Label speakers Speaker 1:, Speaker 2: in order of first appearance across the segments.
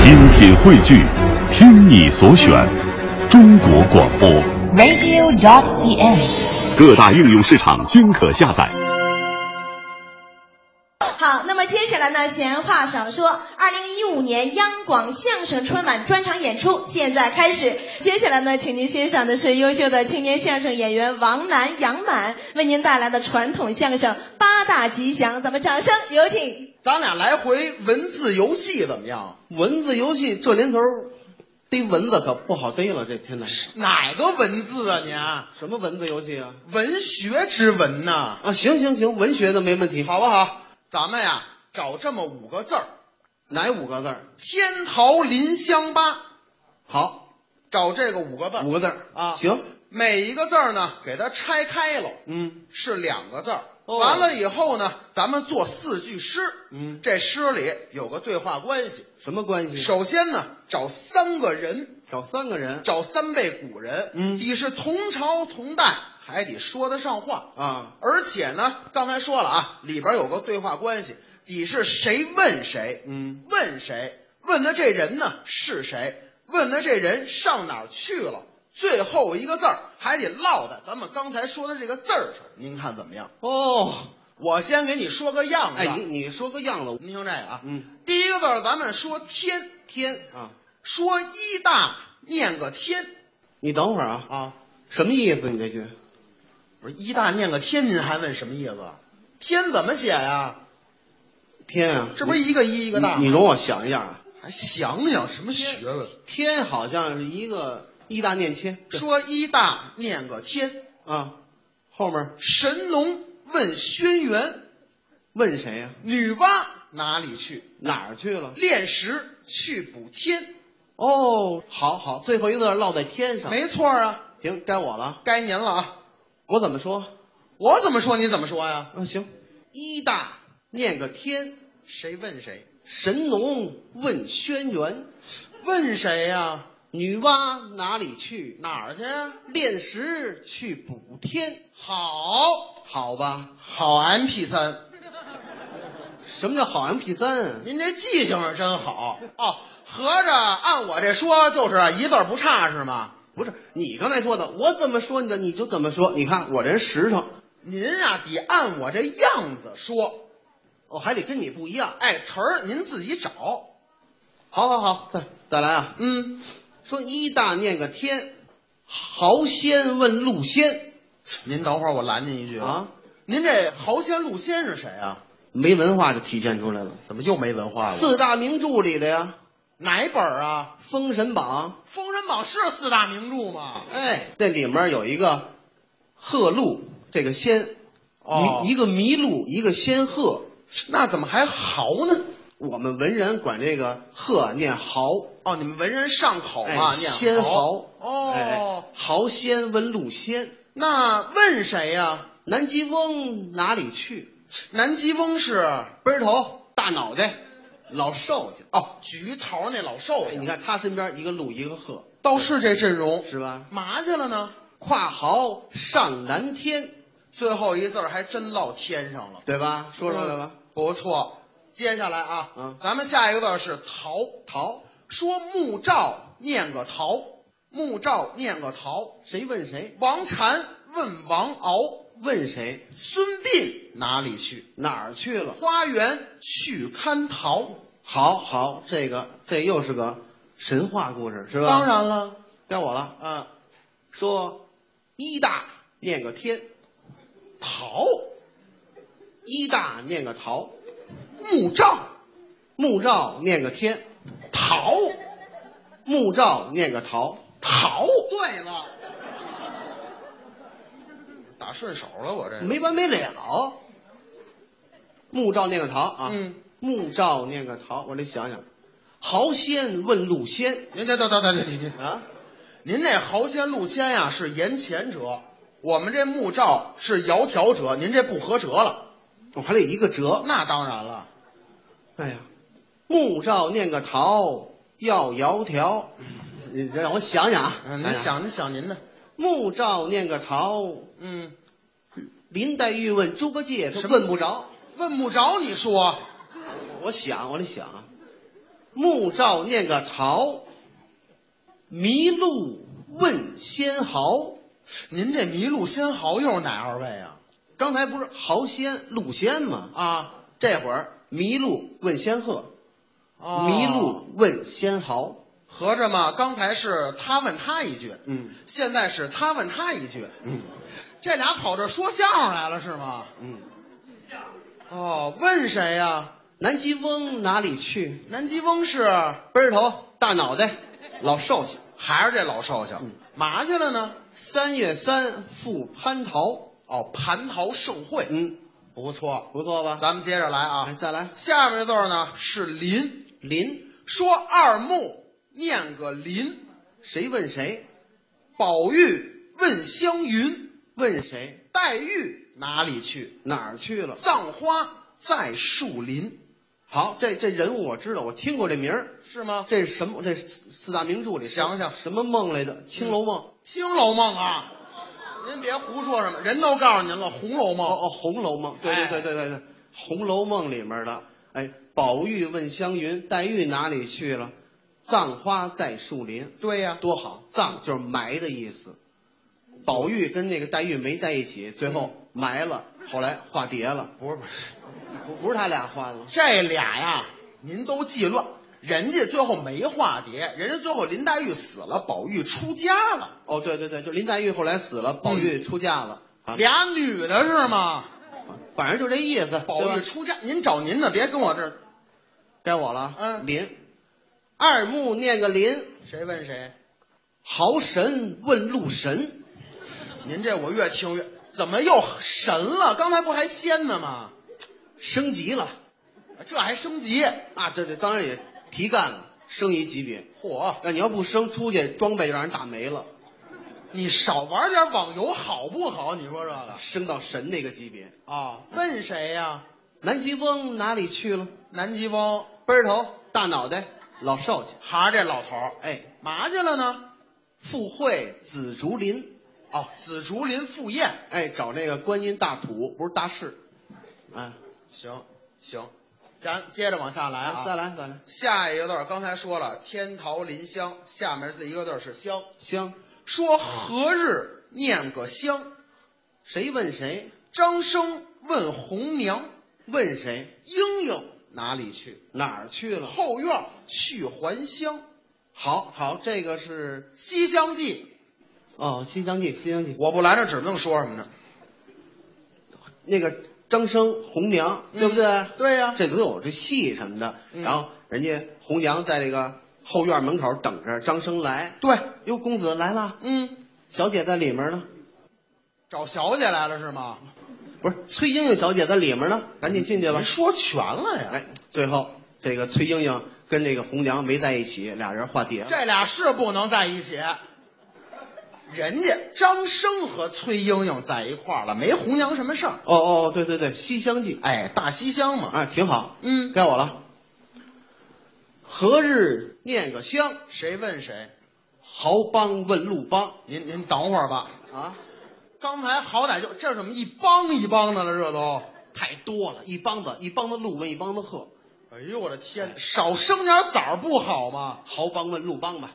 Speaker 1: 精品汇聚，听你所选，中国广播。
Speaker 2: radio.cn。
Speaker 1: 各大应用市场均可下载。
Speaker 3: 好，那么接下来呢，闲话少说。二零一五年央广相声春晚专场演出现在开始。接下来呢，请您欣赏的是优秀的青年相声演员王楠、杨满为您带来的传统相声八大吉祥。咱们掌声有请。
Speaker 4: 咱俩来回文字游戏怎么样？
Speaker 5: 文字游戏这年头儿逮蚊子可不好逮了，这天哪！
Speaker 4: 哪个文字啊你啊？
Speaker 5: 什么文字游戏啊？
Speaker 4: 文学之文呐、
Speaker 5: 啊，行行行，文学的没问题，啊
Speaker 4: 好不好？咱们呀找这么五个字儿：
Speaker 5: 哪五个字儿？
Speaker 4: 天桃林香八。
Speaker 5: 好，
Speaker 4: 找这个五个字儿
Speaker 5: 五个字儿
Speaker 4: 啊。
Speaker 5: 行，
Speaker 4: 每一个字儿呢，给它拆开了，
Speaker 5: 嗯，
Speaker 4: 是两个字儿。
Speaker 5: 哦
Speaker 4: 完了以后呢，咱们做四句诗。
Speaker 5: 嗯
Speaker 4: 这诗里有个对话关系。
Speaker 5: 什么关系？
Speaker 4: 首先呢，找三个人。
Speaker 5: 找三个人
Speaker 4: 找三位古人，
Speaker 5: 嗯
Speaker 4: 你是同朝同代，还得说得上话。
Speaker 5: 啊，
Speaker 4: 而且呢，刚才说了啊，里边有个对话关系，你是谁问谁，
Speaker 5: 嗯，
Speaker 4: 问谁，问的这人呢是谁，问的这人上哪儿去了，最后一个字儿还得落在咱们刚才说的这个字儿上，您看怎么样？
Speaker 5: 哦，
Speaker 4: 我先给你说个样子，啊
Speaker 5: 哎，你你说个样子，
Speaker 4: 您听这个啊，
Speaker 5: 嗯，
Speaker 4: 第一个字儿咱们说天，
Speaker 5: 天啊，
Speaker 4: 说一大念个天
Speaker 5: 你等会儿啊，
Speaker 4: 啊。
Speaker 5: 什么意思？你这句
Speaker 4: 不是一大念个天，您还问什么意思？天怎么写呀、
Speaker 5: 天啊，
Speaker 4: 这不是一个一一
Speaker 5: 一
Speaker 4: 个大吗
Speaker 5: 你？你容我想一下啊，
Speaker 4: 还想想什么学问？
Speaker 5: 天好像是一个一大念千
Speaker 4: 说一大念个天，
Speaker 5: 啊，后面
Speaker 4: 神农问轩辕，
Speaker 5: 问谁呀、
Speaker 4: 女娲哪里去？
Speaker 5: 哪儿去了？
Speaker 4: 炼石去补天，
Speaker 5: 哦，好好，最后一个字儿落在天上。
Speaker 4: 没错啊，
Speaker 5: 行，该我了，
Speaker 4: 该您了啊！
Speaker 5: 我怎么说？
Speaker 4: 我怎么说你怎么说呀？
Speaker 5: 嗯，行，
Speaker 4: 一大
Speaker 5: 念个天，
Speaker 4: 谁问谁？
Speaker 5: 神农问轩辕，
Speaker 4: 问谁呀、
Speaker 5: 女娲哪里去？啊
Speaker 4: 哪儿去呀、
Speaker 5: 炼石去补天，
Speaker 4: 好，
Speaker 5: 好吧？
Speaker 4: 好 MP 三。
Speaker 5: 什么叫好 MP 三？
Speaker 4: 您这记性是真好哦，合着按我这说就是一字儿不差是吗？
Speaker 5: 不是你刚才说的，我怎么说你的你就怎么说。你看我人实诚，
Speaker 4: 您啊得按我这样子说，
Speaker 5: 我、哦还得跟你不一样。
Speaker 4: 哎，词儿您自己找。
Speaker 5: 好好好，再再来啊！
Speaker 4: 嗯，
Speaker 5: 说一大念个天，豪仙问路仙
Speaker 4: 您等会儿我拦您一句
Speaker 5: 啊，
Speaker 4: 您这豪仙陆仙是谁啊？
Speaker 5: 没文化就体现出来了。
Speaker 4: 怎么又没文化了？
Speaker 5: 四大名著里的呀，
Speaker 4: 哪本儿啊？
Speaker 5: 《封神榜
Speaker 4: 《封神榜》是四大名著吗》，？
Speaker 5: 哎，那里面有一个鹤鹿这个仙，
Speaker 4: 哦
Speaker 5: 一一个麋鹿，一个仙鹤。
Speaker 4: 那怎么还豪呢？
Speaker 5: 我们文人管这个鹤啊念豪，
Speaker 4: 哦，你们文人上口
Speaker 5: 哎
Speaker 4: 嘛，念
Speaker 5: 仙
Speaker 4: 豪
Speaker 5: 豪
Speaker 4: 哦
Speaker 5: 哎，豪仙问路仙，
Speaker 4: 那问谁呀、
Speaker 5: 南极翁哪里去？
Speaker 4: 南极翁是
Speaker 5: 奔儿头，大脑袋，老寿去。
Speaker 4: 哦，举头那老寿
Speaker 5: 哎，
Speaker 4: 星，
Speaker 5: 你看他身边一个鹿，一个鹤，
Speaker 4: 倒是这阵容
Speaker 5: 是吧？
Speaker 4: 嘛去了呢？
Speaker 5: 跨豪上南天，
Speaker 4: 最后一字儿还真落天上了，嗯
Speaker 5: 对吧？说出来了。
Speaker 4: 不错。接下来啊，
Speaker 5: 嗯
Speaker 4: 咱们下一个字儿是陶，陶说穆照念个陶，穆照念个陶，
Speaker 5: 谁问谁？
Speaker 4: 王禅问王敖，
Speaker 5: 问谁？
Speaker 4: 孙膑哪里去？
Speaker 5: 哪儿去了？
Speaker 4: 花园去看桃，
Speaker 5: 好好，这个这又是个神话故事，是吧？
Speaker 4: 当，然了，
Speaker 5: 该我了。
Speaker 4: 嗯，
Speaker 5: 说一大念个天，
Speaker 4: 陶
Speaker 5: 一大念个桃，
Speaker 4: 穆照
Speaker 5: 木照念个天，
Speaker 4: 陶
Speaker 5: 木照念个桃。
Speaker 4: 桃，对了，打顺手了，我这
Speaker 5: 没完没了。木照念个桃啊，
Speaker 4: 嗯，
Speaker 5: 木照念个桃，我得想想。豪仙问路仙
Speaker 4: 您这等等等等，您您
Speaker 5: 啊，
Speaker 4: 您这豪仙陆仙呀是言前者，我们这木照是窈窕者，您这不合辙了。
Speaker 5: 我还得一个折。
Speaker 4: 那当然了，
Speaker 5: 哎呀，木照念个桃，要窈窕。你让我想想啊，
Speaker 4: 嗯，
Speaker 5: 哎
Speaker 4: 您
Speaker 5: 呀，
Speaker 4: 想您想您的，
Speaker 5: 木照念个桃，
Speaker 4: 嗯，
Speaker 5: 林黛玉问猪八戒，
Speaker 4: 什
Speaker 5: 他
Speaker 4: 么
Speaker 5: 问不着。
Speaker 4: 问不着你说，
Speaker 5: 我想，我得想啊。木照念个桃，麋鹿问仙豪。
Speaker 4: 您这麋鹿仙豪又是哪二位啊？
Speaker 5: 刚才不是豪仙鹿仙吗？
Speaker 4: 啊，
Speaker 5: 这会儿麋鹿问仙鹤，
Speaker 4: 哦
Speaker 5: 麋鹿问仙豪。
Speaker 4: 合着嘛，刚才是他问他一句，
Speaker 5: 嗯
Speaker 4: 现在是他问他一句，
Speaker 5: 嗯
Speaker 4: 这俩跑这说相声来了是吗？
Speaker 5: 嗯，
Speaker 4: 哦，问谁呀、
Speaker 5: 南极翁哪里去？
Speaker 4: 南极翁是
Speaker 5: 背儿头大脑袋，老瘦下。
Speaker 4: 还是这老寿星
Speaker 5: 嗯？
Speaker 4: 嘛去了呢？
Speaker 5: 三月三赴蟠桃。
Speaker 4: 哦，蟠桃盛会，
Speaker 5: 嗯，
Speaker 4: 不错。
Speaker 5: 不错吧？
Speaker 4: 咱们接着来
Speaker 5: 来
Speaker 4: 啊，
Speaker 5: 再来
Speaker 4: 下面这字儿呢是林，
Speaker 5: 林，
Speaker 4: 说二木念个林，
Speaker 5: 谁问谁？
Speaker 4: 宝玉问湘云，
Speaker 5: 问谁？
Speaker 4: 黛玉哪里去？
Speaker 5: 哪儿去了？
Speaker 4: 葬花在树林，
Speaker 5: 好，这这人物我知道，我听过这名儿。
Speaker 4: 是吗？
Speaker 5: 这是什么？这四四大名著里
Speaker 4: 想想
Speaker 5: 什么梦来着？《青楼梦》
Speaker 4: 《青楼梦》啊，您别胡说什么，人都告诉您了，《红楼梦》
Speaker 5: 哦哦，《红楼梦》对对对对对对，《红楼梦》里面的哎，宝玉问湘云，黛玉哪里去了？葬花在树林，
Speaker 4: 对呀、
Speaker 5: 多好！葬就是埋的意思。宝玉跟那个黛玉没在一起，最后埋了，后来化蝶了，
Speaker 4: 不是不是，
Speaker 5: 不不是他俩化的吗？
Speaker 4: 这俩呀，您都记乱。人家最后没化蝶，人家最后林黛玉死了，宝玉出家了，嗯
Speaker 5: 哦，对对对，就林黛玉后来死了，宝玉出嫁了，啊，
Speaker 4: 俩女的是吗？
Speaker 5: 反正就这意思。
Speaker 4: 宝
Speaker 5: 对
Speaker 4: 玉
Speaker 5: 吧
Speaker 4: 出家，您找您的，别跟我这儿
Speaker 5: 该我了，
Speaker 4: 嗯
Speaker 5: 林，二木念个林，
Speaker 4: 谁问谁。
Speaker 5: 豪神问路神，
Speaker 4: 您这我越听越怎么又神了？刚才不还仙呢吗？
Speaker 5: 升级了。
Speaker 4: 这还升级？
Speaker 5: 那这啊这当然也提干了，升一级别。
Speaker 4: 嚯！
Speaker 5: 那你要不升出去，装备就让人打没了，
Speaker 4: 你少玩点网游好不好？你说这个啊、
Speaker 5: 升到神那个级别。啊
Speaker 4: 问谁呀、
Speaker 5: 南极翁哪里去了？
Speaker 4: 南极翁
Speaker 5: 背儿哦头大脑袋老少去。
Speaker 4: 还是这老头儿？
Speaker 5: 哎，
Speaker 4: 嘛去了呢？
Speaker 5: 赴会紫竹林，
Speaker 4: 哦，紫竹林赴宴。
Speaker 5: 哎，找那个观音大土，不是大士。哎，
Speaker 4: 啊行行，咱接着往下来啊。
Speaker 5: 再来再来，
Speaker 4: 下一个字儿刚才说了，天桃林香，下面这一个字儿是香。
Speaker 5: 香，
Speaker 4: 说何日念个香？
Speaker 5: 谁问谁？
Speaker 4: 张生问红娘，
Speaker 5: 问谁？
Speaker 4: 莺莺哪里去？
Speaker 5: 哪儿去了？
Speaker 4: 后院去还乡，《
Speaker 5: 好好，这个是
Speaker 4: 西厢记
Speaker 5: 哦，《西厢记》《西厢记》》。
Speaker 4: 我不来这指定说什么呢？
Speaker 5: 那个张生红娘，对不对？
Speaker 4: 嗯对呀
Speaker 5: 这都有这戏什么的。
Speaker 4: 嗯
Speaker 5: 然后人家红娘在这个后院门口等着张生来。
Speaker 4: 对，
Speaker 5: 哟，公子来了，
Speaker 4: 嗯，
Speaker 5: 小姐在里面呢，
Speaker 4: 找小姐来了是吗？
Speaker 5: 不是崔莺莺小姐在里面呢，赶紧进去吧
Speaker 4: 您。说全了呀！
Speaker 5: 哎，最后这个崔莺莺跟这个红娘没在一起，俩人化蝶了。
Speaker 4: 这俩是不能在一起。人家张生和崔莺莺在一块儿了，没红娘什么事儿。
Speaker 5: 哦哦，对对对，《西厢记》
Speaker 4: 哎，大西厢嘛，
Speaker 5: 啊，挺好。
Speaker 4: 嗯
Speaker 5: 该我了。何日念个香？
Speaker 4: 谁问谁？
Speaker 5: 豪帮问路帮
Speaker 4: 您您等会儿吧，
Speaker 5: 啊。
Speaker 4: 刚才好歹就这怎么一帮一帮的了，这都。
Speaker 5: 太多了，一帮子一帮子鹿问一帮子鹤，
Speaker 4: 哎呦我的天，少生点枣儿不好吗？
Speaker 5: 豪帮问鹿帮吧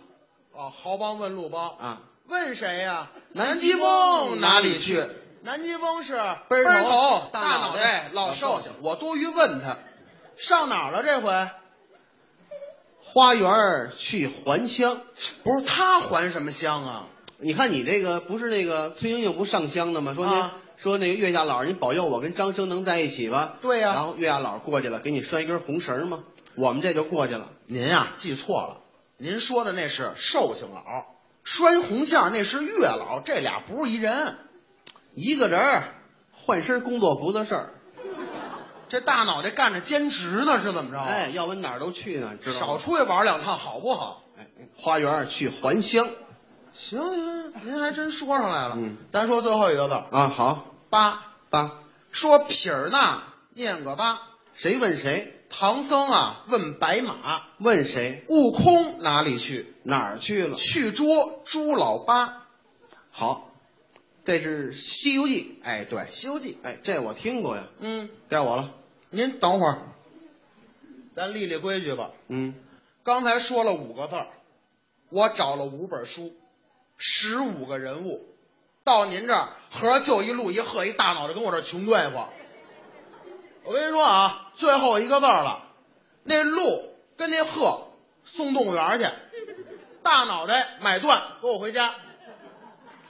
Speaker 4: 哦，豪帮问路帮，
Speaker 5: 啊，
Speaker 4: 问谁呀、
Speaker 5: 南
Speaker 4: 南
Speaker 5: 极
Speaker 4: 极
Speaker 5: 翁
Speaker 4: 翁
Speaker 5: 哪
Speaker 4: 哪
Speaker 5: 里
Speaker 4: 里
Speaker 5: 去
Speaker 4: 去？南极翁是
Speaker 5: 奔儿头
Speaker 4: 奔头大
Speaker 5: 大脑
Speaker 4: 脑
Speaker 5: 袋
Speaker 4: 袋、老
Speaker 5: 老
Speaker 4: 寿
Speaker 5: 寿
Speaker 4: 星。我多余问他，上哪儿了这回？
Speaker 5: 花园儿去还乡。
Speaker 4: 不是他还什么香啊？
Speaker 5: 你看你这个不是那个崔莺莺不上香的吗？说您、
Speaker 4: 啊
Speaker 5: 说那个月下老儿，您保佑我跟张生能在一起吧？
Speaker 4: 对呀
Speaker 5: 然后月下老儿过去了，给你拴一根红绳儿嘛。我们这就过去了。
Speaker 4: 您啊记错了，您说的那是寿星老，拴红线儿那是月老，这俩不是一人。
Speaker 5: 一个人儿换身工作服的事儿，
Speaker 4: 这大脑袋干着兼职呢，是怎么着？
Speaker 5: 哎，，要不然哪儿都去呢，知道吗？
Speaker 4: 哦少出去玩两趟好不好？
Speaker 5: 哎，花园儿去还乡
Speaker 4: 行行，您还真说上来了。
Speaker 5: 嗯
Speaker 4: 咱说最后一个字儿
Speaker 5: 啊。好，
Speaker 4: 八，
Speaker 5: 八，
Speaker 4: 说撇儿捺念个八。
Speaker 5: 谁问谁？
Speaker 4: 唐僧啊问白马，
Speaker 5: 问谁？
Speaker 4: 悟空哪里去？
Speaker 5: 哪儿去了？
Speaker 4: 去捉朱老八。
Speaker 5: 好，这是《西游记
Speaker 4: 哎，对，《西游记》。》。
Speaker 5: 哎，这我听过呀，
Speaker 4: 嗯，
Speaker 5: 该我了。
Speaker 4: 您等会儿，咱立立规矩吧。
Speaker 5: 嗯，
Speaker 4: 刚才说了五个字儿，我找了五本书，十五个人物，到您这儿合着就一鹿一鹤一大脑袋跟我这儿穷对付。我跟您说啊，最后一个字儿了，那鹿跟那鹤送动物园去，大脑袋买断，给我回家。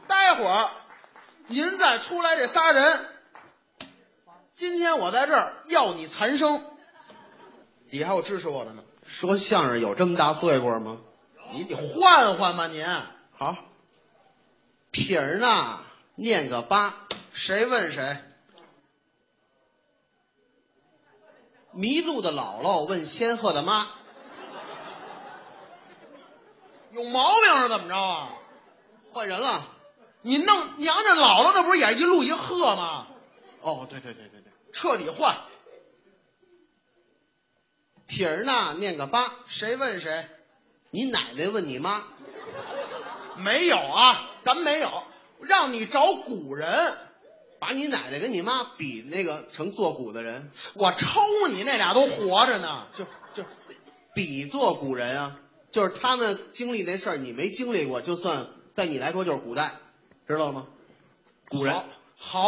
Speaker 4: 待会儿您再出来这仨人，今天我在这儿要你残生，底下还有支持我的呢。
Speaker 5: 说相声有这么大罪过吗？
Speaker 4: 你得换换吧您，
Speaker 5: 好，撇儿呢，念个八，
Speaker 4: 谁问谁？
Speaker 5: 迷路的姥姥问仙鹤的妈，
Speaker 4: 有毛病是怎么着啊？
Speaker 5: 换人了。
Speaker 4: 你弄娘家姥姥那不是也一路一鹤吗？
Speaker 5: 哦，对对对对对，
Speaker 4: 彻底换，
Speaker 5: 撇儿呢，念个八，
Speaker 4: 谁问谁？
Speaker 5: 你奶奶问你妈，
Speaker 4: 没有啊，咱没有，让你找古人，
Speaker 5: 把你奶奶跟你妈比那个成做古的人，
Speaker 4: 我抽你那俩都活着呢。
Speaker 5: 就就比作古人啊，就是他们经历那事儿你没经历过，就算在你来说就是古代，知道了吗？古人
Speaker 4: 好，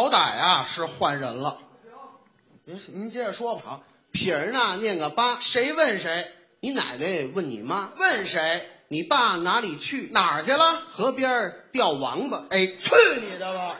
Speaker 4: 好歹啊是换人了。您您接着说吧，
Speaker 5: 撇儿呢，念个八，
Speaker 4: 谁问谁？
Speaker 5: 你奶奶问你妈，
Speaker 4: 问谁？
Speaker 5: 你爸哪里去？
Speaker 4: 哪儿去了？
Speaker 5: 河边儿钓王八，
Speaker 4: 哎，去你的吧！